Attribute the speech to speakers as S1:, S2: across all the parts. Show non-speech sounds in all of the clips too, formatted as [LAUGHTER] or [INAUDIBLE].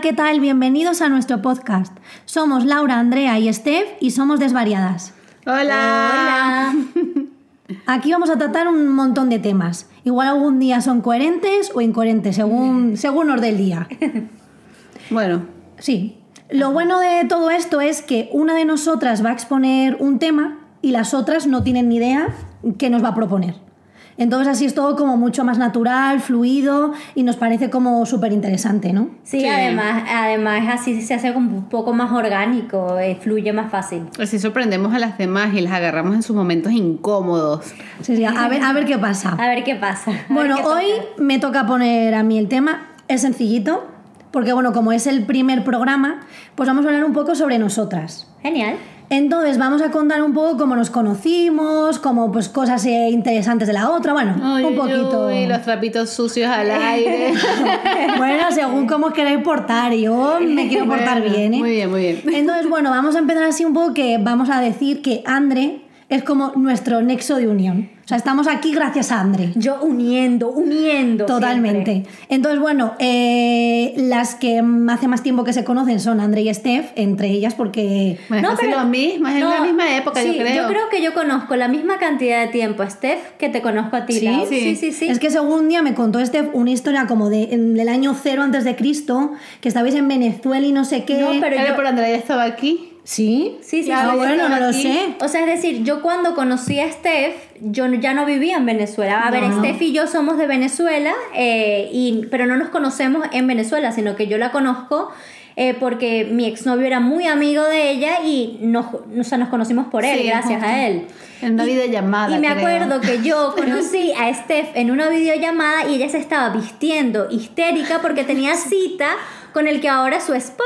S1: ¿qué tal? Bienvenidos a nuestro podcast. Somos Laura, Andrea y Steph y somos Desvariadas.
S2: Hola.
S1: Aquí vamos a tratar un montón de temas. Igual algún día son coherentes o incoherentes, según, según nos dé el día.
S2: Bueno,
S1: Sí. Lo bueno de todo esto es que una de nosotras va a exponer un tema y las otras no tienen ni idea qué nos va a proponer. Entonces así es todo como mucho más natural, fluido y nos parece como súper interesante, ¿no?
S3: Sí,
S2: Sí.
S3: Además, además así se hace como un poco más orgánico, eh, fluye más fácil.
S2: así sorprendemos a las demás y las agarramos en sus momentos incómodos.
S1: Sí, sí, a, ver, a ver qué pasa.
S2: Ah.
S3: A ver qué pasa. a ver
S1: Bueno,
S3: qué
S1: hoy me toca poner a mí el tema. Es sencillito, porque bueno, como es el primer programa, pues vamos a hablar un poco sobre nosotras.
S3: pasa. Genial.
S1: Entonces vamos a contar un poco cómo nos conocimos, como pues cosas eh, interesantes de la otra, bueno, un poquito.
S2: Y los trapitos sucios al aire.
S1: [LAUGHS] Bueno, según cómo os queráis portar, yo me quiero portar
S2: Bueno,
S1: bien, ¿eh?
S2: Muy bien, muy bien.
S1: Entonces, bueno, vamos a empezar así un poco que vamos a decir que Andre es como nuestro nexo de unión. O sea, estamos aquí gracias a Andre.
S3: Yo uniendo, uniendo.
S1: Totalmente.
S3: siempre.
S1: Entonces, bueno, eh, las que mm, hace más tiempo que se conocen son Andre y Steph, entre ellas porque...
S2: Bueno, es casi lo mismo, es en la
S3: no,
S2: misma época,
S3: sí,
S2: yo creo.
S3: Yo creo que yo conozco la misma cantidad de tiempo, Steph, que te conozco a ti.
S2: Sí,
S3: Lau.
S2: sí.
S3: sí, sí. sí.
S1: Es que según un día me contó Steph una historia como de, en- del año cero antes de Cristo, que estabais en Venezuela y no sé qué.
S3: No, pero
S2: Era
S3: yo-
S2: por Andrea ya estaba aquí.
S1: ¿Sí?
S3: Sí, sí,
S1: Ah,
S3: sí,
S1: bueno, no
S2: estaba
S1: lo
S2: aquí.
S1: sé.
S3: O sea, es decir, yo cuando conocí a Steph, yo no- ya no vivía en Venezuela. A ver,
S1: No.
S3: Steph y yo somos de Venezuela, eh, y, pero no nos conocemos en Venezuela, sino que yo la conozco eh, porque mi exnovio era muy amigo de ella y nos, o sea, nos conocimos por él,
S2: Sí,
S3: gracias
S2: justo.
S3: a él.
S2: En una videollamada.
S3: Y me
S2: creo.
S3: acuerdo que
S2: [LAUGHS]
S3: yo conocí a Steph en una videollamada y ella se estaba vistiendo histérica porque
S2: [LAUGHS]
S3: tenía cita con el que ahora es su esposo.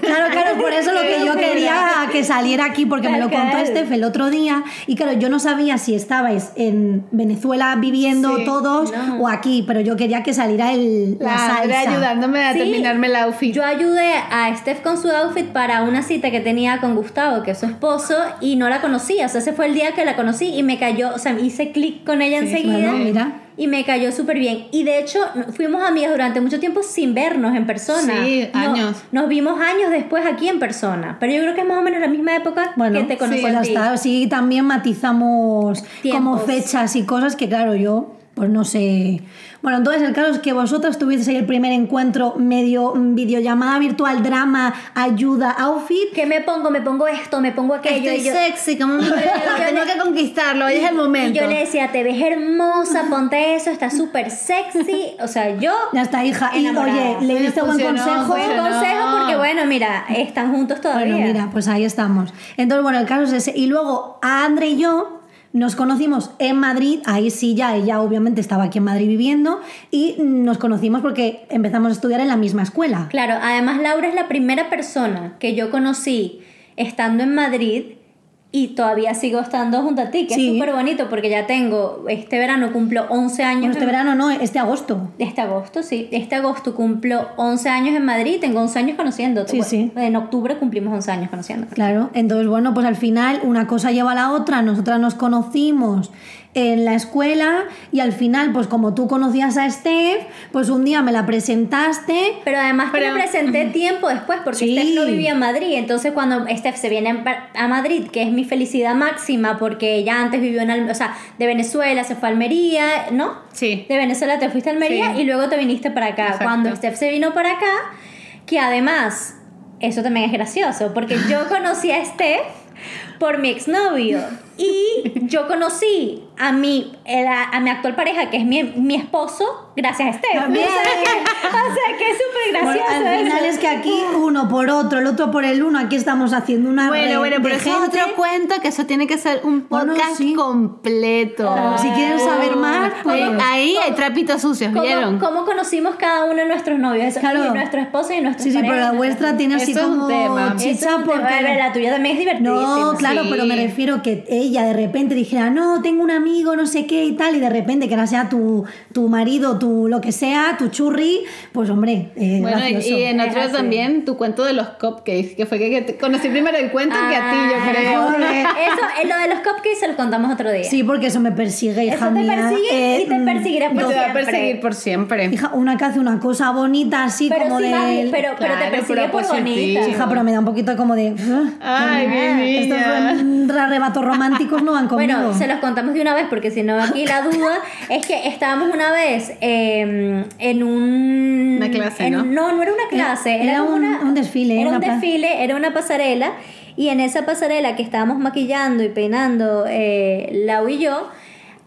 S1: Claro, claro, por eso lo que yo quería que saliera aquí, porque me lo
S3: Tal
S1: contó
S3: cual.
S1: Steph el otro día. Y claro, yo no sabía si estabais en Venezuela viviendo
S2: Sí,
S1: todos
S3: no.
S1: o aquí, pero yo quería que saliera el, la,
S2: La Andrea
S1: salsa.
S2: ayudándome a
S3: Sí.
S2: terminarme el outfit.
S3: Yo ayudé a Steph con su outfit para una cita que tenía con Gustavo, que es su esposo, y no la conocía. O sea, ese fue el día que la conocí y me cayó, o sea, hice clic con ella
S2: Sí,
S3: enseguida.
S1: bueno, mira.
S3: Y me cayó súper bien. Y de hecho, no- fuimos amigas durante mucho tiempo sin vernos en persona.
S2: Sí,
S3: No-
S2: años.
S3: Nos vimos años después aquí en persona. Pero yo creo que es más o menos la misma época
S1: Bueno,
S3: que te conocí.
S1: pues
S3: a
S1: ya
S3: ti.
S1: está. Sí, también matizamos como
S3: Tiempos.
S1: fechas y cosas que, claro, yo, pues no sé. Bueno, entonces el caso es que vosotras tuvieseis el primer encuentro medio mm, videollamada virtual, drama, ayuda, outfit.
S3: ¿Qué me pongo? Me pongo esto, me pongo aquello. y yo-
S2: sexy, como
S3: [LAUGHS]
S2: un
S3: Tengo
S2: que conquistarlo, hoy es el
S3: y
S2: momento.
S3: yo le decía, te ves hermosa, ponte eso, está súper sexy. O sea, yo
S1: Ya está, hija. Y
S3: Enamorada.
S1: oye, le
S2: Sí,
S1: diste buen
S2: funcionó,
S1: consejo.
S3: Buen
S2: Bueno.
S3: consejo porque bueno, mira, están juntos todavía.
S1: Bueno, mira, pues ahí estamos. Entonces, bueno, el caso es ese. Y luego a André y yo nos conocimos en Madrid, ahí sí ya, ella obviamente estaba aquí en Madrid viviendo, y nos conocimos porque empezamos a estudiar en la misma escuela.
S3: Claro, además Laura es la primera persona que yo conocí estando en Madrid y todavía sigo estando junto a ti, que
S1: Sí.
S3: es súper bonito porque ya tengo, este verano cumplo 11 años.
S1: Bueno, este
S3: en-
S1: verano no, este agosto.
S3: Este agosto, sí. Este agosto cumplo 11 años en Madrid, tengo 11 años conociéndote.
S1: Sí,
S3: Bueno,
S1: sí.
S3: En octubre cumplimos 11 años conociéndote.
S1: Claro, entonces bueno, pues al final una cosa lleva a la otra, nosotras nos conocimos en la escuela y al final, pues como tú conocías a Steph, pues un día me la presentaste.
S3: Pero además que
S2: Pero-
S3: me presenté tiempo después, porque
S1: Sí.
S3: Steph no vivía en Madrid. Entonces, cuando Steph se viene en par- a Madrid, que es mi felicidad máxima, porque ella antes vivió en Almería, o sea, de Venezuela se fue a Almería, ¿no?
S2: Sí.
S3: De Venezuela te fuiste a Almería
S2: Sí.
S3: y luego te viniste para acá.
S2: Exacto.
S3: Cuando Steph se vino para acá, que además, eso también es gracioso, porque
S1: [LAUGHS]
S3: yo conocí a Steph por mi exnovio
S1: [LAUGHS]
S3: y yo conocí a mi, a la- a mi actual pareja, que es mi, mi esposo, gracias a Steph.
S1: También.
S3: [LAUGHS] O sea que- o sea que es súper
S1: Bueno,
S3: gracioso.
S1: al final
S3: eso.
S1: es que aquí uno por otro, el otro por el uno, aquí estamos haciendo una red
S2: Bueno, bueno,
S1: de
S2: pero eso es
S1: gente.
S2: otro cuento que eso tiene que ser un
S1: Bueno,
S2: podcast
S1: sí.
S2: completo.
S1: Claro, si quieren saber más, pues-
S2: Ahí- ahí hay trapitos sucios, ¿vieron?
S3: ¿Cómo, cómo conocimos cada uno de nuestros novios? Eso-
S1: Claro.
S3: Y nuestro esposo y nuestro
S1: Sí, sí, pero la vuestra tiene así
S2: Eso es un
S1: como
S2: tema.
S1: chicha porque
S3: la tuya también es divertidísima.
S1: No, claro,
S2: Sí.
S1: pero me refiero que ella de repente dijera, no, tengo un amigo, no sé qué y tal, y de repente que ahora sea tu, tu marido, tu lo que sea, tu churri, pues hombre, eh,
S2: Bueno, y-
S1: gracioso.
S2: y en
S3: Es
S2: otro
S3: así.
S2: también tu cuento de los cupcakes, que fue que, que te- conocí primero el cuento que a ti, yo
S3: Ah,
S2: creo.
S1: joder.
S3: Eso, eh, lo de los cupcakes se los contamos otro día.
S1: Sí, porque eso me persigue, hija
S3: Eso te
S1: mía.
S3: persigue y
S1: Eh,
S3: te
S1: mm,
S2: [LAUGHS]
S3: perseguirá
S2: Pues
S3: por
S2: te va a
S3: siempre.
S2: perseguir por siempre.
S1: Hija, una que hace una cosa bonita así
S3: Pero
S1: como
S3: sí,
S1: de...
S3: mami, pero, pero te
S2: Claro,
S3: persigue
S2: pero
S3: por
S2: positivo.
S3: bonita.
S1: Hija, pero me da un poquito como de...
S2: Ay, mi
S1: Estos
S2: niña.
S1: mm, arrebatos románticos no van conmigo.
S3: [LAUGHS] Bueno, se los contamos de una vez porque si no aquí la duda es que estábamos una vez eh, en un...
S2: Una clase,
S3: en-
S2: ¿no?
S3: No, no era una clase.
S1: Era
S3: Era, como
S1: un-
S3: una-
S1: un desfile,
S3: Era
S1: una
S3: un
S1: pla-
S3: desfile, era una pasarela. Y en esa pasarela que estábamos maquillando y peinando eh, Lau y yo,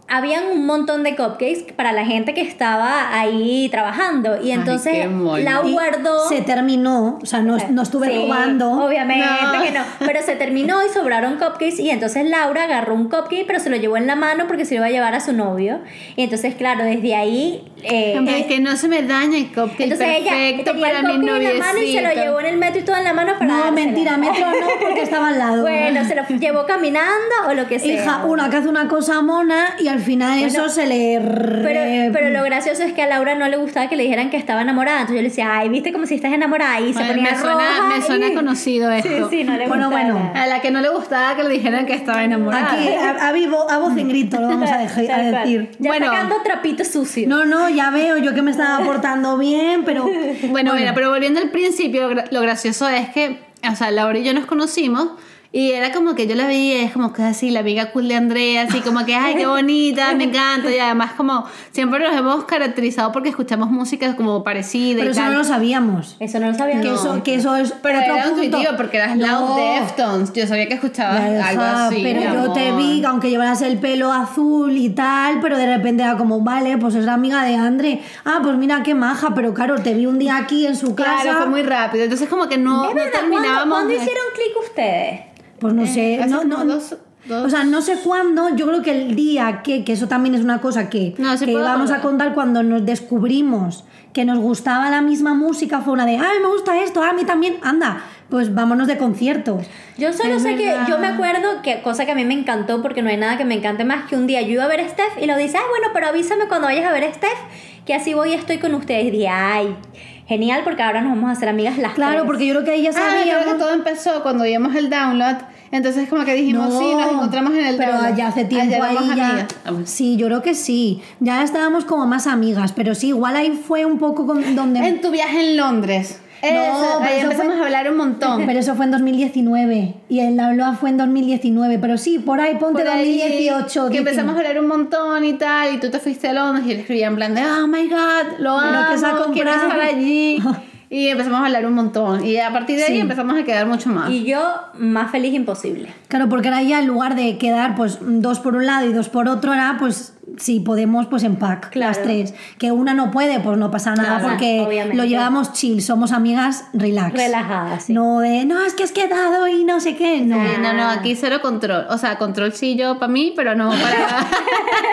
S3: habían un montón de cupcakes para la gente que estaba ahí trabajando. Y entonces
S2: qué mono.
S3: Lau
S1: Y
S3: guardó...
S1: Se terminó, o sea, no, no estuve
S3: Sí,
S1: robando.
S3: Obviamente
S2: No.
S3: que no. Pero se terminó y sobraron cupcakes. Y entonces Laura agarró un cupcake, pero se lo llevó en la mano porque se lo iba a llevar a su novio. Y entonces, claro, desde ahí. eh,
S2: Hombre,
S3: eh,
S2: que no se me daña el cupcake
S3: entonces ella
S2: perfecto
S3: tenía
S2: para
S3: el
S2: mi
S3: cupcake en la mano y se lo
S2: noviecito.
S3: llevó en el metro y todo en la mano para.
S1: No,
S3: dárselo.
S1: mentira, metro no, porque estaba al lado.
S3: [LAUGHS] Bueno, se lo llevó caminando o lo que sea.
S1: Hija, una que hace una cosa mona y al final eso se le... re-
S3: Pero, pero lo gracioso es que a Laura no le gustaba que le dijeran que estaba enamorada. Entonces yo le decía, ay, viste como si estás enamorada. Y se
S2: Ay,
S3: ponía
S2: me suena,
S3: roja
S2: me suena
S3: y-
S2: conocido
S3: Sí,
S2: esto.
S3: sí, no le
S1: Bueno,
S3: gustaba.
S1: bueno.
S2: A la que no le gustaba que le dijeran que estaba enamorada.
S1: Aquí, a, a vivo, a voz en grito lo
S3: [LAUGHS]
S1: vamos a, dejar- a
S3: ah. Tal cual.
S1: decir.
S3: Ya
S2: Bueno.
S3: sacando trapitos sucios.
S1: No, no, ya veo, yo que me
S3: [LAUGHS]
S1: estaba portando bien, pero...
S2: Bueno, mira, pero volviendo al principio, gra- lo gracioso es que, o sea, Laura y yo nos conocimos y era como que yo la veía, es como que así, la amiga cool de Andrea, así como que, ay, qué bonita, me encanta, y además como siempre nos hemos caracterizado porque escuchamos música como parecida
S1: Pero
S2: y
S1: eso
S2: tal.
S1: no lo sabíamos.
S3: Eso no lo sabía.
S1: Que,
S3: No.
S1: eso, que eso es
S2: Pero
S1: otro
S2: era
S1: punto.
S2: intuitivo porque eras Loud
S1: No.
S2: Deftones, yo sabía que escuchabas
S1: Ya,
S2: algo
S1: hija,
S2: así.
S1: pero
S2: mi
S1: yo te
S2: amor.
S1: vi, que aunque llevaras el pelo azul y tal, pero de repente era como, vale, pues es la amiga de André. Ah, pues mira qué maja, pero claro, te vi un día aquí en su casa.
S2: Claro, fue muy rápido, entonces como que no,
S3: Es
S2: no
S3: verdad, ¿cuándo-
S2: terminábamos.
S3: ¿Cuándo
S2: de-
S3: hicieron clic ustedes?
S1: Pues no sé,
S2: eh, hace
S1: no,
S2: como
S1: no-
S2: dos- dos-
S1: O sea, no sé cuándo, yo creo que el día que, que eso también es una cosa que,
S2: No, sí
S1: que
S2: puedo
S1: íbamos a
S2: acordar.
S1: contar cuando nos descubrimos que nos gustaba la misma música, fue una de, ay, me gusta esto, "Ah, a mí también, anda, pues vámonos de conciertos.
S3: Yo solo
S2: Es
S3: sé
S2: verdad.
S3: que yo me acuerdo que cosa que a mí me encantó porque no hay nada que me encante más que un día yo iba a ver a Steph y lo dice, ay bueno, pero avísame cuando vayas a ver a Steph que así voy y estoy con ustedes. Y dije, ay, genial porque ahora nos vamos a hacer amigas las
S1: Claro,
S3: tres".
S1: porque yo creo que ahí ya
S2: Ah, yo creo
S1: sabíamos.
S2: que todo empezó cuando vimos el download. Entonces como que dijimos,
S1: No,
S2: sí, nos encontramos en el
S1: Pero
S2: download.
S1: ya hace tiempo
S2: Ayer
S1: ahí
S2: éramos
S1: ya.
S2: amigas. Ah, bueno.
S1: Sí, yo creo que sí. Ya estábamos como más amigas, pero sí, igual ahí fue un poco con- donde.
S2: En tu viaje en Londres. Eso,
S1: Em, pero
S2: ahí
S1: eso
S2: empezamos
S1: fue-
S2: a hablar un montón.
S1: Pero eso fue en 2019 y el Habloa fue en 2019, pero sí, por ahí ponte
S2: Por ahí,
S1: 2018.
S2: que
S1: 19.
S2: empezamos a hablar un montón y tal, y tú te fuiste a Londres y yo le escribía en plan de, oh my god,
S1: Pero
S2: lo amo,
S1: que se ha
S2: quiero
S1: comprado".
S2: estar
S1: [LAUGHS]
S2: allí. Y empezamos a hablar un montón. Y a partir de ahí empezamos a quedar mucho más.
S3: Y yo más feliz imposible.
S1: Claro, porque ahora ya en lugar de quedar pues dos por un lado y dos por otro, ahora pues si podemos pues en pack, las tres. Que una no puede, pues no pasa nada
S3: Nada,
S1: porque
S3: obviamente.
S1: lo llevamos chill, somos amigas relax.
S3: Relajadas, sí.
S1: No de, no, es que has quedado y no sé qué. No,
S2: Sí, no, no, aquí cero control. O sea, control sí yo para mí, pero no para... [LAUGHS]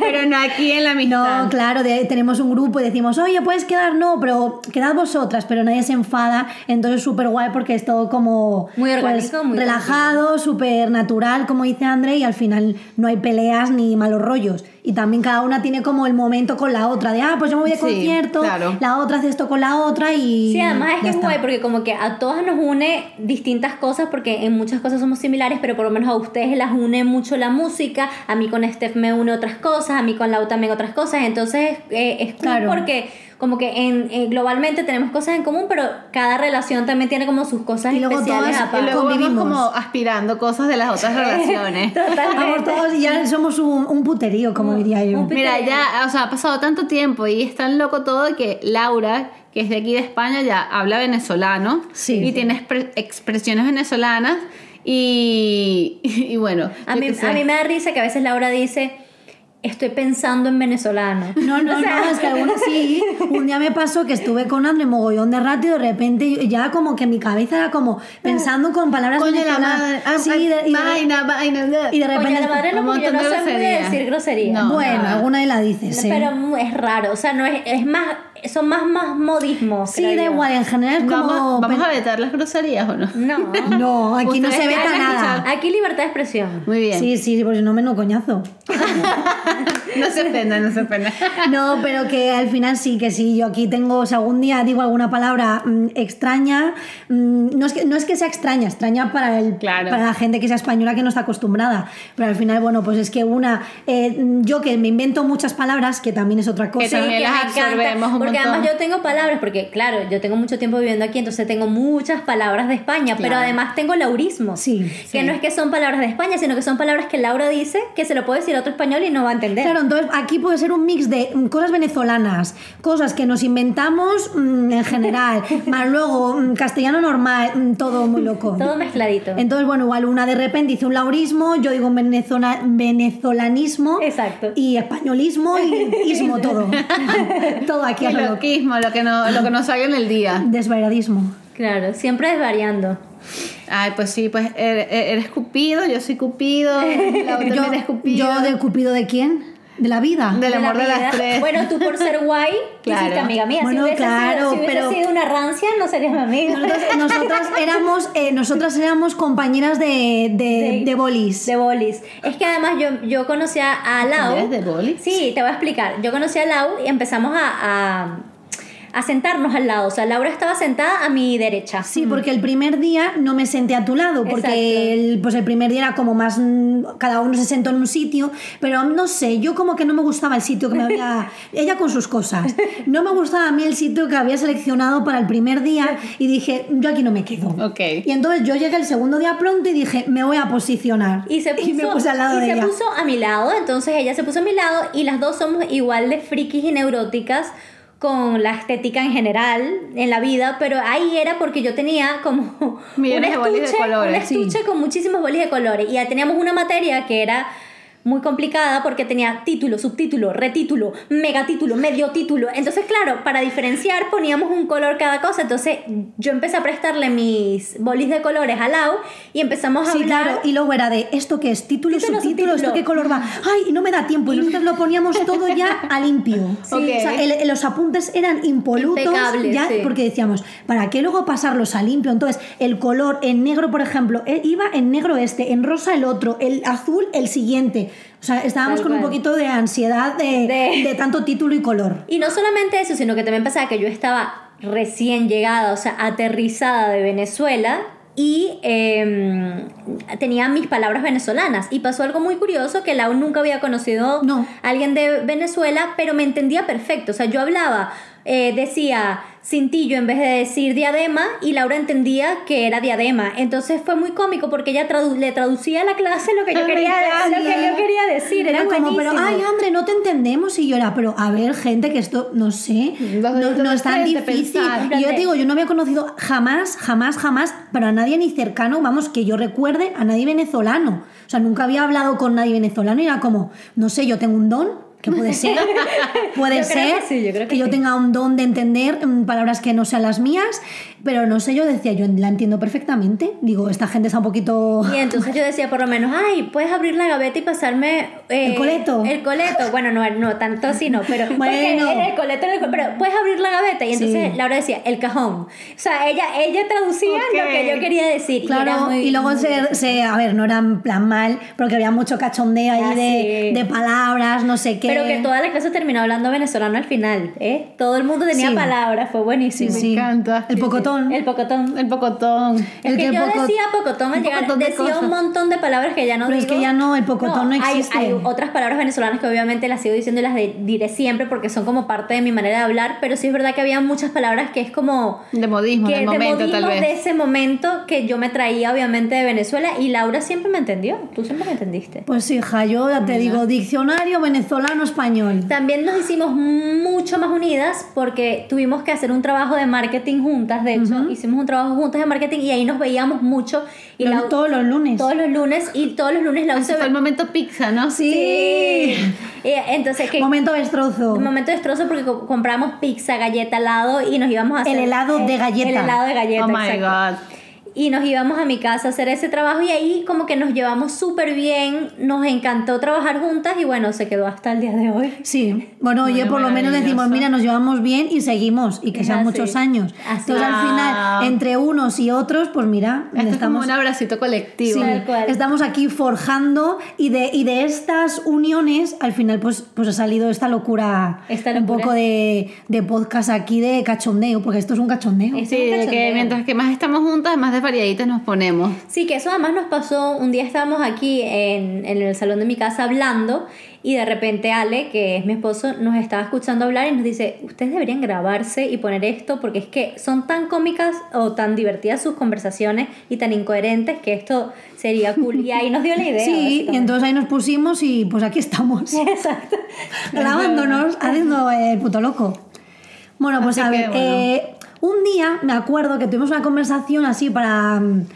S2: pero no aquí en la amistad.
S1: No, claro, de- tenemos un grupo y decimos, oye, puedes quedar, no, pero quedad vosotras, pero nadie se enfada, entonces súper guay porque es todo como pues,
S3: Muy orgánico, muy
S1: relajado, súper natural, como dice André, y al final no hay peleas ni malos rollos. Y también cada una tiene como el momento con la otra, de, ah, pues yo me voy de
S2: Sí,
S1: concierto,
S2: claro.
S1: la otra hace esto con la otra y...
S3: Sí, además es
S1: ya
S3: que es
S1: está.
S3: guay porque como que a todas nos une distintas cosas porque en muchas cosas somos similares, pero por lo menos a ustedes las une mucho la música, a mí con Steph me une otras cosas, a mí con Lau también otras cosas, entonces eh, es cool
S1: Claro.
S3: porque como que en, eh, globalmente tenemos cosas en común, pero cada relación también tiene como sus cosas
S1: Y luego
S3: especiales
S1: todas-
S2: Y
S3: aparte.
S2: luego vamos
S1: Convivimos.
S2: como aspirando cosas de las otras relaciones.
S1: [LAUGHS] Vamos todos y ya somos un, un puterío, como diría yo.
S3: un pi-
S2: Mira, ya, o sea, ha pasado tanto tiempo y es tan loco todo que Laura, que es de aquí de España, ya habla venezolano
S1: Sí.
S2: y tiene expre- expresiones venezolanas y, [LAUGHS] y bueno.
S3: A
S2: yo
S3: mí,
S2: qué sé.
S3: a mí me da risa que a veces Laura dice, estoy pensando en venezolano.
S1: No,
S2: [LAUGHS]
S1: no, no, es que algunas sí. Un día me pasó que estuve con André mogollón de rato y de repente yo- ya como que mi cabeza era como pensando con palabras
S2: Coño la
S1: venezolanas.
S2: madre. ah,
S1: Sí,
S2: ah,
S1: y de, y de-
S2: vaina, vaina,
S1: y de
S3: Coño,
S1: repente...
S3: la madre no,
S2: un
S3: porque yo no
S2: montón de
S3: sé muy bien
S2: groserías.
S3: decir grosería.
S2: No.
S1: bueno, alguna de las dices, [LAUGHS] sí.
S3: Pero es raro, o sea, no es, es más, son más, más modismos.
S1: Sí,
S3: creo
S1: da
S3: yo.
S1: igual, en general es como...
S2: ¿Vamos, vamos
S1: pen-
S2: a vetar las groserías o no?
S1: [LAUGHS]
S3: No.
S1: No, aquí no
S2: Ustedes
S1: se
S2: ya
S1: veta
S2: han
S1: nada.
S2: escuchado.
S3: Ah, Aquí libertad de expresión.
S2: Muy bien.
S1: Sí, sí, porque si no, menos coñazo.
S2: No se ofenda, no se ofenda.
S1: No, pero que al final sí, que sí. Yo aquí tengo, o sea, algún día digo alguna palabra mm, extraña. mm, no, es que, no es que sea extraña, extraña para, el,
S2: Claro.
S1: para la gente que sea española que no está acostumbrada. Pero al final, bueno, pues es que una. eh, yo que me invento muchas palabras, que también es otra cosa.
S2: también-
S3: que
S2: las
S3: me encanta,
S2: absorbemos un
S3: porque
S2: montón.
S3: además yo tengo palabras, porque claro, yo tengo mucho tiempo viviendo aquí, entonces tengo muchas palabras de España, pero
S2: Claro.
S3: además tengo laurismos.
S1: Sí,
S3: Que no es que son palabras de España, sino que son palabras que Laura dice que se lo puede decir a otro español y no va a entender.
S1: Claro, entonces aquí puede ser un mix de mm, cosas venezolanas, cosas que nos inventamos mm, en
S2: [LAUGHS]
S1: general, más luego mm, castellano normal, mm, todo muy loco.
S3: Todo mezcladito.
S1: Entonces, bueno, igual una de repente dice un laurismo, yo digo un venezona- venezolanismo.
S3: Exacto.
S1: Y españolismo y ismo todo. todo aquí a
S2: El
S1: lo loco.
S2: loquismo, lo que, no, lo que nos salga en el día.
S1: Desvairadismo.
S3: Claro, siempre desvariando.
S2: Ay, pues sí, pues er- er- eres cupido, yo soy cupido, la
S3: [LAUGHS]
S2: otra
S1: Yo,
S2: eres cupido.
S1: yo del cupido de quién? De la vida.
S2: Del amor de,
S3: vida.
S2: las tres.
S3: Bueno, tú por ser guay, te
S2: Claro.
S3: hiciste amiga mía.
S1: Bueno,
S3: si hubiese,
S1: claro,
S3: sido, si hubiese
S1: pero-
S3: sido una rancia, no serías mi amiga.
S1: Nosotras, nosotras éramos, eh, nosotras éramos compañeras de, de,
S3: De-
S1: de bolis.
S3: De bolis. Es que además yo, yo conocí a, a Lau.
S2: ¿Eres de bolis?
S3: Sí, te voy a explicar. Yo conocí a Lau y empezamos a, a, a sentarnos al lado. O sea, Laura estaba sentada a mi derecha.
S1: Sí, porque el primer día no me senté a tu lado, porque
S3: Exacto.
S1: el, pues el primer día era como más, mm, cada uno se sentó en un sitio, pero no sé, yo como que no me gustaba el sitio que me
S3: [LAUGHS]
S1: había, ella con sus cosas, no me gustaba a mí el sitio que había seleccionado para el primer día y dije, yo aquí no me quedo.
S2: Ok.
S1: Y entonces yo llegué el segundo día pronto y dije, me voy a posicionar.
S3: Y
S1: [LAUGHS]
S3: se puso,
S1: me puse al lado
S3: y
S1: de
S3: se
S1: ella.
S3: puso a mi lado, entonces ella se puso a mi lado y las dos somos igual de frikis y neuróticas con la estética en general en la vida, pero ahí era porque yo tenía como [LAUGHS]
S2: Millones de bolis de colores,
S3: un
S2: sí.
S3: estuche con muchísimos bolis de colores y ya teníamos una materia que era muy complicada porque tenía título, subtítulo, retítulo, megatítulo, medio título. Entonces, claro, para diferenciar poníamos un color cada cosa. Entonces, yo empecé a prestarle mis bolis de colores a Lau y empezamos a
S1: Sí,
S3: hablar
S1: claro, y luego era de esto que es título,
S3: Título,
S1: subtítulo, esto
S3: subtítulo.
S1: qué color va. Ay, y no me da tiempo. Y nosotros lo
S3: [LAUGHS]
S1: poníamos todo ya a limpio.
S2: Sí. Ok.
S1: O sea, el- el- los apuntes eran impolutos.
S3: Impecables,
S1: ya,
S3: sí.
S1: Porque decíamos, ¿para qué luego pasarlos a limpio? Entonces, el color en negro, por ejemplo, eh, iba en negro este, en rosa el otro, el azul el siguiente. O sea, estábamos
S3: Tal
S1: con un
S3: cual.
S1: poquito de ansiedad de,
S3: De-
S1: de tanto título y color.
S3: Y no solamente eso, sino que también pasaba que yo estaba recién llegada, o sea, aterrizada de Venezuela y eh, tenía mis palabras venezolanas. Y pasó algo muy curioso que Lau nunca había conocido
S1: No.
S3: a alguien de Venezuela, pero me entendía perfecto. O sea, yo hablaba, eh, decía cintillo en vez de decir diadema y Laura entendía que era diadema. Entonces fue muy cómico porque ella tradu- le traducía a la clase lo que
S1: [LAUGHS]
S3: yo
S2: Ay, me
S3: quería, lo que
S2: encanta.
S3: yo quería decir. Era,
S1: Era como, pero,
S3: buenísimo.
S1: ay, André, no te entendemos. Y yo era, pero, a ver, gente, que esto, no sé,
S2: Vas a
S1: no,
S2: tener
S1: no es tan
S2: que
S1: difícil.
S2: pensar.
S1: Y yo te digo, yo no había conocido jamás, jamás, jamás, pero a nadie ni cercano, vamos, que yo recuerde, a nadie venezolano. O sea, nunca había hablado con nadie venezolano y era como, no sé, yo tengo un don. Que puede
S3: [LAUGHS]
S1: ser, puede
S3: Yo creo
S1: ser
S3: que sí, yo creo que
S1: yo
S3: sí.
S1: tenga un don de entender mm, palabras que no sean las mías, pero no sé, yo decía, yo la entiendo perfectamente. Digo, esta gente está un poquito.
S3: Y entonces yo decía, por lo menos, ay, puedes abrir la gaveta y pasarme. eh,
S1: El coleto.
S3: El coleto. Bueno, no, no tanto así, no,
S1: [LAUGHS]
S3: pero. porque
S1: Bueno.
S3: era el coleto, era el co- pero puedes abrir la gaveta. Y entonces
S1: Sí.
S3: Laura decía, el cajón. O sea, ella, ella traducía lo
S2: Ok.
S3: que yo quería decir. y, era
S1: Claro,
S3: muy-
S1: y luego
S3: muy-
S1: se, se- a ver, no era en plan mal, porque había mucho cachondeo ahí
S3: Ah,
S1: de,
S3: sí.
S1: de palabras, no sé qué.
S3: Pero que toda la clase terminó hablando venezolano al final, ¿eh? Todo el mundo tenía
S1: Sí.
S3: palabras, fue buenísimo.
S1: Sí.
S2: encanta.
S1: El pocotón.
S3: El pocotón.
S2: El pocotón.
S1: El
S3: es que,
S1: que
S3: yo
S1: poco-
S3: decía pocotón al
S2: un
S3: llegar,
S2: pocotón de
S3: decía
S2: cosas.
S3: un montón de palabras que ya no
S1: Pero es
S3: digo.
S1: que ya no, el pocotón no
S3: hay-
S1: existe.
S3: Hay, otras palabras venezolanas que obviamente las sigo diciendo y las de- diré siempre porque son como parte de mi manera de hablar, pero sí es verdad que había muchas palabras que es como...
S2: De modismo,
S3: Que
S2: del momento,
S3: modismos
S2: tal vez.
S3: de ese momento que yo me traía obviamente de Venezuela y Laura siempre me entendió, tú siempre me entendiste.
S1: Pues hija, yo ya te digo, diccionario venezolano-español.
S3: También nos hicimos mucho más unidas porque tuvimos que hacer un trabajo de marketing juntas, de hecho hicimos un trabajo juntas de marketing y ahí nos veíamos mucho y
S1: Los-
S3: Lau-
S1: todos los lunes.
S3: todos los lunes y todos los lunes Lau se
S2: Ese fue el momento pizza, ¿no?
S1: Sí.
S3: Eh, Entonces, que
S1: Momento destrozo.
S3: un momento destrozo porque co- compramos pizza, galleta, helado y nos íbamos a hacer
S1: El helado de galleta.
S3: El helado de galleta.
S2: oh my
S3: exacto.
S2: God.
S3: y nos íbamos a mi casa a hacer ese trabajo y ahí como que nos llevamos súper bien, nos encantó trabajar juntas y bueno, se quedó hasta el día de hoy.
S1: Sí, bueno, oye, por lo menos decimos,
S2: maravilloso.
S1: mira, nos llevamos bien y seguimos, y que
S3: Es
S1: sean
S3: así.
S1: muchos años.
S3: Así.
S1: Entonces, al final, entre unos y otros, pues mira,
S2: Ah. Esto es como
S1: estamos,
S2: un abracito
S1: sí,
S2: colectivo.
S3: Tal cual.
S1: estamos aquí forjando, y de, y de estas uniones, al final, pues, pues ha salido esta locura,
S3: Esta
S1: un
S3: locura.
S1: poco de, de podcast aquí de cachondeo, porque esto es un cachondeo.
S3: Es-
S2: Sí,
S3: un
S2: de que
S3: cachondeo.
S2: mientras que más estamos juntas, más de variaditas nos ponemos.
S3: Sí, que eso además nos pasó, un día estábamos aquí en, en el salón de mi casa hablando y de repente Ale, que es mi esposo, nos estaba escuchando hablar y nos dice, ustedes deberían grabarse y poner esto porque es que son tan cómicas o tan divertidas sus conversaciones y tan incoherentes que esto sería cool. Y ahí
S1: [LAUGHS]
S3: nos dio la idea.
S1: Sí, y
S3: básicamente.
S1: entonces ahí nos pusimos y pues aquí estamos.
S3: [LAUGHS] Exacto.
S1: grabándonos, haciendo el puto loco. Bueno, pues
S2: Así
S1: a
S2: que,
S1: ver,
S2: bueno.
S1: eh, un día me acuerdo que tuvimos una conversación así para... mm,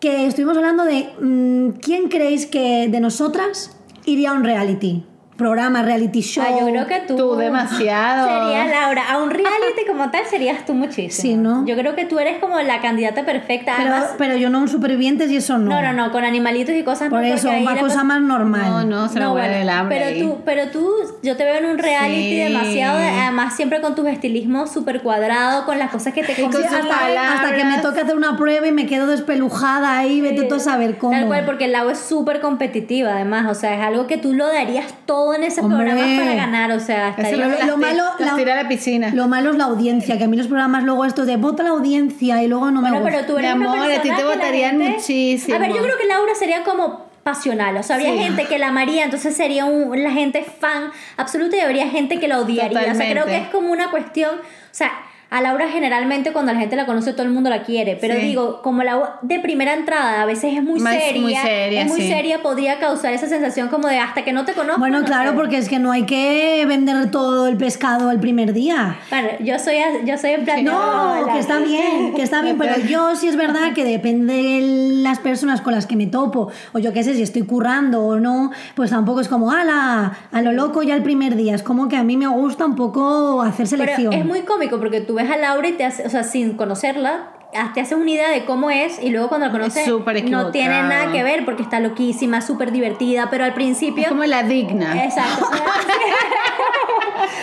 S1: que estuvimos hablando de mm, quién creéis que de nosotras iría a un reality, programa, reality show.
S3: Ah, yo creo que tú.
S2: Tú demasiado.
S3: Sería Laura. A
S1: [LAUGHS]
S3: un reality como tal serías tú muchísimo.
S1: Sí, ¿no?
S3: Yo creo que tú eres como la candidata perfecta.
S1: pero,
S3: Además,
S1: pero yo no un supervivientes y eso no.
S3: no, no, no, con animalitos y cosas.
S1: Por
S3: no,
S1: eso,
S3: porque ahí
S1: una
S3: la
S1: cosa
S3: cosa-
S1: más normal.
S2: No, no, se
S3: No,
S2: nos muere
S3: bueno,
S2: el hambre. ahí.
S3: Pero tú, pero tú, yo te veo en un reality
S2: Sí.
S3: demasiado, además siempre con tus estilismos súper cuadrado, con las cosas que
S1: [LAUGHS]
S3: te
S1: Sí,
S2: sus
S1: hasta, hasta que me
S2: palabras.
S1: toque hacer una prueba y me quedo despelujada ahí, vete tú a saber cómo.
S3: Tal cual, porque el Lau es súper competitiva, además. O sea, es algo que tú lo darías todo en ese
S1: Hombre.
S3: programa para ganar. O sea,
S2: Eso
S3: estaría-
S1: lo-
S2: las ti-
S1: malo-
S2: las
S1: la-
S2: tira a la piscina.
S1: Lo malo es la audiencia, que a mí los programas luego estos de vota la audiencia y luego no me
S3: Bueno,
S1: gusta.
S3: pero tú eres
S2: Mi
S3: una
S2: amor, a ti
S3: persona
S2: te
S3: que la
S2: votarían
S3: gente-
S2: muchísimo.
S3: A ver, yo creo que Laura sería como pasional, o sea, habría
S2: Sí.
S3: gente que la amaría, entonces sería un- la gente fan absoluta y habría gente que la odiaría, o sea, creo
S2: Totalmente.
S3: que es como una cuestión, o sea, a Laura generalmente cuando la gente la conoce todo el mundo la quiere, pero
S2: Sí.
S3: digo, como la de primera entrada a veces es muy
S2: Más-
S3: seria,
S2: muy seria,
S3: es muy
S2: sí.
S3: seria, podría causar esa sensación como de hasta que no te conozco.
S1: Bueno,
S3: no
S1: claro,
S3: sé.
S1: porque es que no hay que vender todo el pescado el primer día.
S3: Bueno, yo soy a- yo soy en plan
S1: No,
S3: Hola.
S1: que está bien, que está bien, pero yo sí es verdad que depende de las personas con las que me topo, o yo qué sé, si estoy currando o no, pues tampoco es como, ala, a lo loco ya el primer día, es como que a mí me gusta un poco hacer
S3: Pero
S1: selección.
S3: es muy cómico porque tú ves a Laura y te hace, o sea, sin conocerla, ah, te haces una idea de cómo es y luego cuando la conoces
S2: súper
S3: no tiene
S2: equivocada.
S3: nada que ver porque está loquísima, súper divertida, pero al principio...
S2: Es como la digna.
S3: [LAUGHS] Exacto.
S1: [LAUGHS]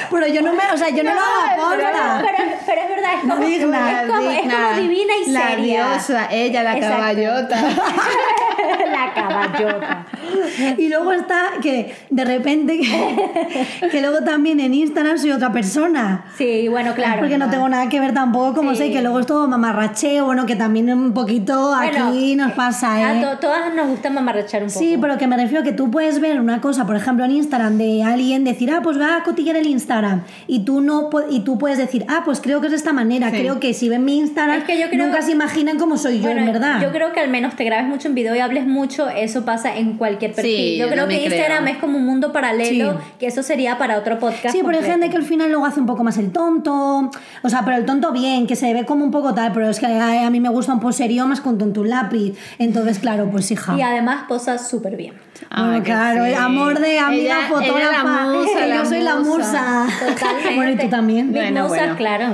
S1: Pero yo no me, o sea, yo no, lo hago
S3: [LAUGHS] pero,
S1: aposta.
S3: pero es verdad, es como,
S1: Digna,
S3: es como, es como divina y
S2: la
S3: seria.
S2: diosa, ella, la
S3: Exacto.
S2: caballota.
S3: [LAUGHS] la caballota.
S1: Y luego está que de repente que, que luego también en Instagram soy otra persona.
S3: Sí, bueno, claro.
S1: Porque no tengo nada que ver tampoco, como sé que luego es todo mamarracheo, bueno, que también un poquito
S3: Bueno,
S1: aquí nos pasa,
S3: A
S1: ¿eh?
S3: to- todas nos gusta mamarrachar un poco.
S1: Sí, pero que me refiero a que tú puedes ver una cosa, por ejemplo, en Instagram de alguien decir, ah, pues va a cotillar el Instagram. Y tú no pu- y tú puedes decir, ah, pues creo que es de esta manera,
S2: Sí.
S1: creo que si ven mi Instagram,
S3: Es que yo creo-
S1: nunca se imaginan cómo soy yo,
S3: Bueno,
S1: en verdad.
S3: Yo creo que al menos te grabes mucho en video y hables mucho, eso pasa en cualquier perfil.
S2: Sí,
S3: yo
S2: yo
S3: creo que
S2: también creo.
S3: Instagram es como un mundo paralelo,
S1: Sí.
S3: que eso sería para otro podcast.
S1: Sí, pero hay
S3: completo.
S1: gente que al final luego hace un poco más el tonto. O sea, pero el tonto bien, que se ve como un poco tal, pero es que a, a mí me gusta un poserío más con tonto un lápiz. Entonces, claro, pues hija.
S3: Y además posa súper bien.
S1: Bueno,
S2: Ah, que
S1: claro,
S2: sí.
S1: el amor de amiga
S2: Ella-
S1: fotógrafa.
S2: ella la
S3: [LAUGHS]
S2: musa,
S1: [LAUGHS]
S2: la
S1: yo soy la musa.
S2: musa.
S3: Totalmente.
S1: Ah. bueno, y tú también.
S3: Big
S2: Bueno,
S3: Musa,
S2: bueno.
S3: claro.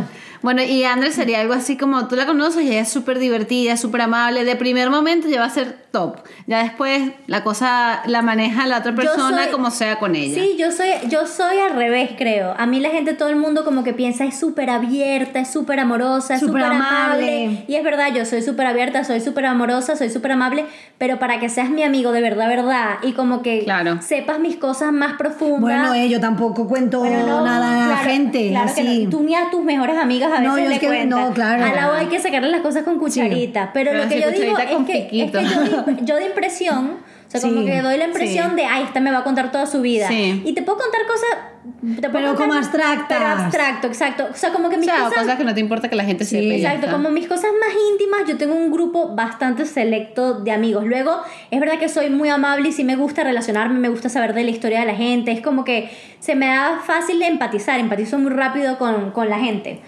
S2: Bueno, y Andrés sería algo así como tú la conoces, y ella es súper divertida, súper amable. De primer momento ya va a ser top. Ya después la cosa la maneja la otra
S3: Yo
S2: persona
S3: soy-
S2: como sea con ella.
S3: Sí, yo soy, yo soy al revés, creo. A mí la gente, todo el mundo como que piensa es súper abierta, es súper amorosa, es
S1: Súper
S3: súper amable.
S1: amable.
S3: Y es verdad, yo soy súper abierta, soy súper amorosa, soy súper amable, pero para que seas mi amigo de verdad, verdad, y como que
S2: Claro.
S3: sepas mis cosas más profundas.
S1: Bueno, eh, yo tampoco cuento
S3: Bueno, no,
S1: nada a la
S3: claro,
S1: gente.
S3: claro que
S1: así.
S3: no. Tú ni a tus mejores amigas a veces
S1: No, yo
S3: le
S1: es que-
S3: cuentas.
S1: no, claro.
S3: A la O hay que sacarle las cosas con cucharita. Pero
S2: Pero
S3: lo que
S2: sí,
S3: yo digo
S2: cucharita
S3: es
S2: con
S3: que, es
S2: piquito.
S3: que yo, di- yo de impresión, o sea, como
S1: Sí,
S3: que doy la impresión
S2: sí.
S3: de, ay, esta me va a contar toda su vida.
S2: Sí.
S3: Y te puedo contar cosas... te puedo
S1: Pero como abstractas.
S3: Pero abstracto, exacto. O sea, como que
S2: o
S3: mis
S2: sea,
S3: cosas...
S2: cosas que no te importa que la gente sepa. y ya
S3: Exacto,
S2: está.
S3: como mis cosas más íntimas, yo tengo un grupo bastante selecto de amigos. Luego, es verdad que soy muy amable y sí me gusta relacionarme, me gusta saber de la historia de la gente. Es como que se me da fácil de empatizar, empatizo muy rápido con, con la gente.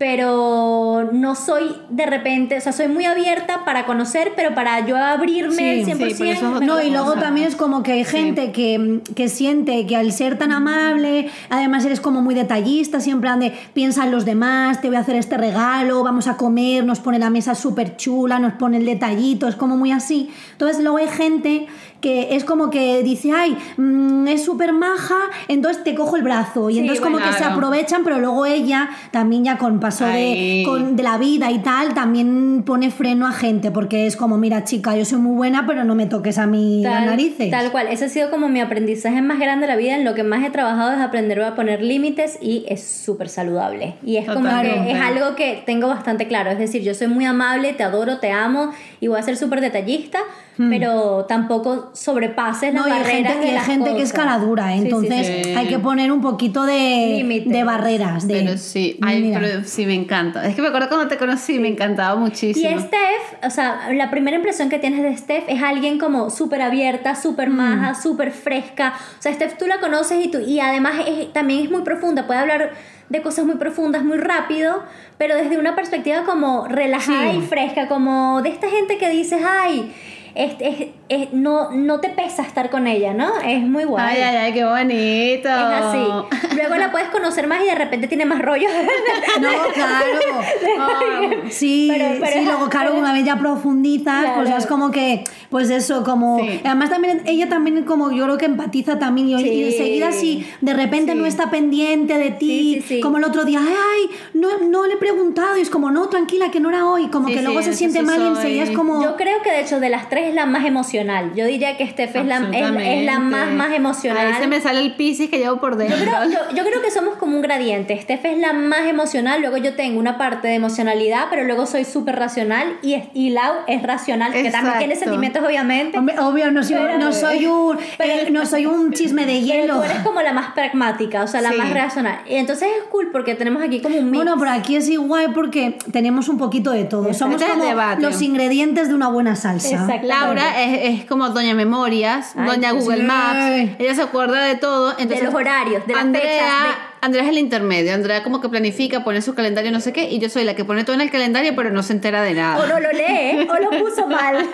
S3: pero no soy de repente, o sea, soy muy abierta para conocer, pero para yo abrirme
S1: Sí,
S3: al 100%.
S2: sí, pero eso es
S3: me
S1: No, y
S3: cuesta.
S1: luego también es como que hay gente que, que siente que al ser tan amable, además eres como muy detallista, siempre plan de piensa en los demás, te voy a hacer este regalo, vamos a comer, nos pone la mesa súper chula, nos pone el detallito, es como muy así. Entonces luego hay gente que es como que dice, ay, mm, es súper maja, entonces te cojo el brazo. Y
S3: Sí,
S1: entonces como
S2: bueno,
S1: que se
S2: claro.
S1: aprovechan, pero luego ella también ya con paso de,
S2: Ay.
S1: con, de la vida y tal también pone freno a gente porque es como, mira chica, yo soy muy buena, pero no me toques a mí las narices.
S3: Tal cual. Ese ha sido como mi aprendizaje más grande de la vida. En lo que más he trabajado es aprender a poner límites y es súper saludable. Y es como que
S2: Totalmente.
S3: es algo que tengo bastante claro. Es decir, yo soy muy amable, te adoro, te amo y voy a ser súper detallista, pero tampoco sobrepases
S1: Hmm. No,
S3: las
S1: y hay
S3: barreras
S1: gente,
S3: de
S1: y hay
S3: las
S1: gente que
S3: cosas.
S1: es cara dura, ¿eh?
S3: Sí, sí,
S1: entonces
S2: sí.
S1: hay que poner un poquito de,
S3: Límites.
S1: de barreras. De,
S2: Pero sí, ay,
S1: mira.
S2: pero sí me encanta. Es que me acuerdo cuando te conocí, me encantaba
S3: Y
S2: muchísimo.
S3: Steph, o sea, la primera impresión que tienes de Steph es alguien como súper abierta, súper
S2: Mm.
S3: maja, súper fresca. O sea, Steph tú la conoces y tú, y además es- también es muy profunda, puede hablar de cosas muy profundas muy rápido, pero desde una perspectiva como relajada
S1: Sí.
S3: y fresca, como de esta gente que dices, ay, es- es- es- no, no te pesa estar con ella, ¿no? Es muy guay.
S2: Ay, ay, ay, qué bonito.
S3: Es
S2: [LAUGHS]
S3: así. Luego la puedes conocer más y de repente tiene más rollo.
S1: [LAUGHS] No, claro.
S2: Ah,
S1: Sí,
S3: Pero- pero-
S1: sí, luego claro,
S3: pero-
S1: una vez ya profundizas, pues
S3: Claro.
S1: es como que, pues eso, como...
S2: Sí.
S1: Además también, ella también como yo creo que empatiza también y, y
S3: Sí.
S1: enseguida si de repente no está pendiente de ti,
S3: Sí, sí, sí.
S1: como el otro día, ay, ay, no, no le he preguntado y es como, no, tranquila, que no era hoy, como
S2: Sí,
S1: que
S2: sí,
S1: luego se
S2: eso
S1: siente mal y enseguida es
S2: soy.
S1: como...
S3: Yo creo que de hecho de las tres es la más emocional. Yo diría que Steph es la, es- es la más, más emocional.
S2: Ahí se me sale el piscis que llevo por dentro.
S3: Yo creo, yo- yo creo que somos como un gradiente. Steph es la más emocional, luego yo tengo una parte de emocionalidad, pero luego soy súper racional y, es- y Lau es racional, que también tiene
S2: Exacto.
S3: sentimientos obviamente.
S1: Hombre, Obvio, no soy, no soy un
S3: [LAUGHS] Pero-
S1: eh, no soy un chisme de
S3: Pero
S1: hielo.
S3: tú eres como la más pragmática, o sea, la
S2: Sí.
S3: más racional. Y entonces es cool porque tenemos aquí como un
S1: [LAUGHS]
S3: mix.
S1: Bueno, pero aquí es igual porque tenemos un poquito de todo. Somos
S2: Este es el
S1: como
S2: debate.
S1: los ingredientes de una buena salsa.
S3: Exacto.
S2: Laura es, es como Doña Memorias,
S3: Ay,
S2: Doña Google
S1: sí.
S2: Maps. Ella se acuerda de todo. Entonces,
S3: los horarios, de las
S2: Andrea,
S3: fechas, de-
S2: Andrea es el intermedio. Andrea como que planifica, pone su calendario, no sé qué. Y yo soy la que pone todo en el calendario, pero no se entera de nada.
S3: O no lo lee, o lo puso mal.
S2: [LAUGHS]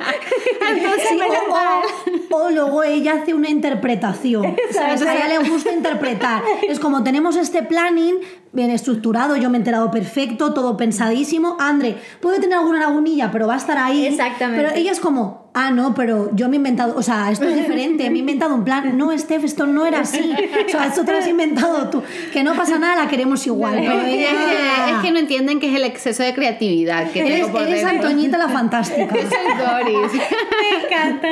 S3: [LAUGHS]
S1: Sí, o, o- o luego ella hace una interpretación. ¿sabes? A ella le gusta interpretar. Es como tenemos este planning bien estructurado, yo me he enterado perfecto, todo pensadísimo. Andre, puede tener alguna lagunilla, pero va a estar ahí.
S3: Exactamente.
S1: Pero ella es como, ah, no, pero yo me he inventado, o sea, esto es diferente, me he inventado un plan. No, Steph, esto no era así. O sea, esto te lo has inventado tú. Que no pasa nada, la queremos
S2: [LAUGHS]
S1: igual. Pero
S2: Ella
S1: ella-
S2: es, que, es que no entienden que es el exceso de creatividad que
S1: Eres,
S2: tengo por
S1: eres
S2: dentro. [LAUGHS]
S1: Antoñita la fantástica.
S2: Doris.
S3: Me encanta.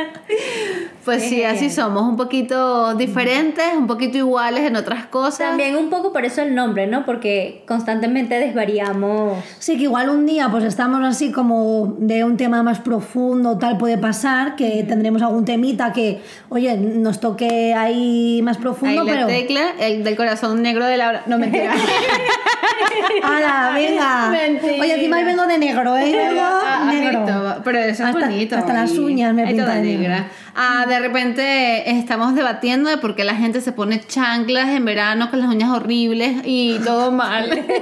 S2: Pues sí, así somos, un poquito diferentes, un poquito iguales en otras cosas.
S3: También un poco por eso el nombre, ¿no? Porque constantemente desvariamos.
S1: Sí, que igual un día pues estamos así como de un tema más profundo, tal puede pasar, que tendremos algún temita que, oye, nos toque ahí más
S2: Ahí
S1: profundo,
S2: la
S1: pero...
S2: tecla, el del corazón negro de Laura. No, mentira.
S1: [LAUGHS]
S3: [LAUGHS]
S1: ¡Hala, venga!
S2: [LAUGHS] Mentira.
S1: Oye, encima hoy vengo de negro,
S2: [LAUGHS]
S1: ¿eh? Vengo
S2: Ah, ah,
S1: negro.
S2: visto, Pero eso es
S1: Hasta-
S2: bonito.
S1: Hasta las
S2: y-
S1: uñas me
S2: ay, toda
S1: pintan de negro.
S2: negra. Ah, de repente estamos debatiendo de por qué la gente se pone chanclas en verano con las uñas horribles y todo mal. [LAUGHS]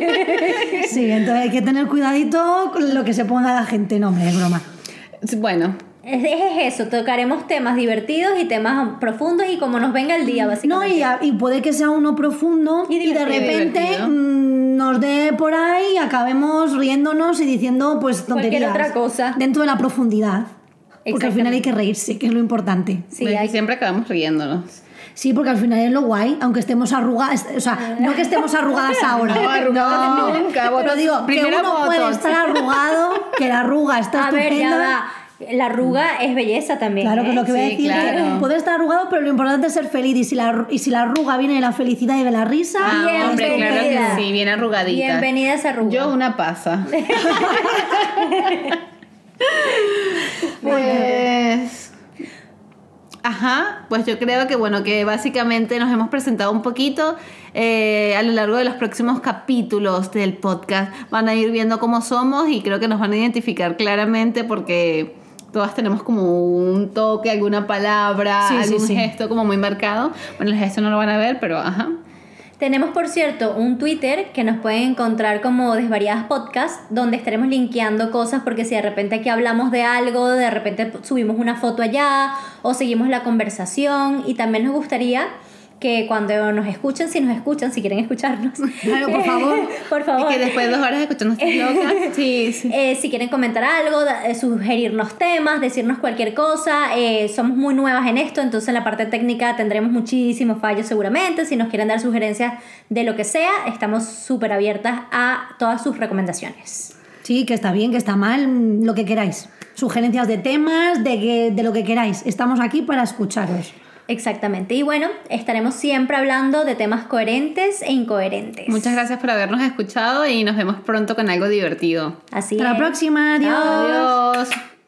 S1: Sí, entonces hay que tener cuidadito con lo que se ponga la gente. No, hombre, es broma.
S2: bueno,
S3: Es, es eso, tocaremos temas divertidos y temas profundos y como nos venga el día,
S1: No,
S3: básicamente.
S1: y, a- y puede que sea uno profundo
S3: Y
S1: y, de
S3: divertido.
S1: repente
S2: Divertido.
S1: mm, nos dé por ahí y acabemos riéndonos y diciendo pues
S3: Cualquier
S1: tonterías.
S3: otra cosa.
S1: Dentro de la profundidad. Porque al final hay que reírse, que es lo importante.
S3: Sí,
S2: ves que
S3: hay-
S2: pues, siempre acabamos riéndonos.
S1: Sí, porque al final es lo guay, aunque estemos arrugadas, este, o sea, no que estemos arrugadas ahora.
S2: No, arrugadas nunca,
S1: Pero
S2: botox-
S1: digo, que
S2: primero
S1: uno puede
S2: botox.
S1: estar arrugado, que la arruga está
S3: a ver, ya
S1: estupenda.
S3: va. La arruga es belleza también.
S1: Claro que es
S3: ¿eh?
S1: lo que voy a
S2: Sí,
S1: decir, que
S2: claro.
S1: puede estar arrugado, pero lo importante es ser feliz. Y si la, y si la arruga viene de la felicidad y de la risa, pues
S2: Ah,
S3: Bienvenida.
S2: hombre, claro que sí, bien arrugadita.
S3: Bienvenida a esa arruga.
S2: Yo
S1: [LAUGHS]
S2: una pasa. pues... Ajá, pues yo creo que bueno, que básicamente nos hemos presentado un poquito eh, a lo largo de los próximos capítulos del podcast. Van a ir viendo cómo somos y creo que nos van a identificar claramente porque todas tenemos como un toque, alguna palabra,
S1: Sí, sí,
S2: algún
S1: sí.
S2: gesto como muy marcado. Bueno, el gesto no lo van a ver, pero ajá.
S3: Tenemos, por cierto, un Twitter que nos pueden encontrar como Desvariadas Podcast, donde estaremos linkeando cosas porque si de repente aquí hablamos de algo, de repente subimos una foto allá o seguimos la conversación y también nos gustaría que cuando nos escuchen, si nos escuchan, si quieren escucharnos,
S2: Claro, [LAUGHS] por favor.
S3: por favor.
S2: Y que después de dos horas escuchando este estas locas. [LAUGHS] Sí, sí.
S3: Eh, si quieren comentar algo, da- eh, sugerirnos temas, decirnos cualquier cosa, eh, somos muy nuevas en esto, entonces en la parte técnica tendremos muchísimos fallos seguramente. Si nos quieren dar sugerencias de lo que sea, estamos súper abiertas a todas sus recomendaciones.
S1: Sí, que está bien, que está mal, mm, lo que queráis. Sugerencias de temas, de, que- de lo que queráis. Estamos aquí para escucharos.
S3: Exactamente. Y bueno, estaremos siempre hablando de temas coherentes e incoherentes.
S2: Muchas gracias por habernos escuchado y nos vemos pronto con algo divertido.
S3: Así
S1: Hasta la
S3: es.
S1: próxima, adiós.
S3: Chao.
S2: Adiós.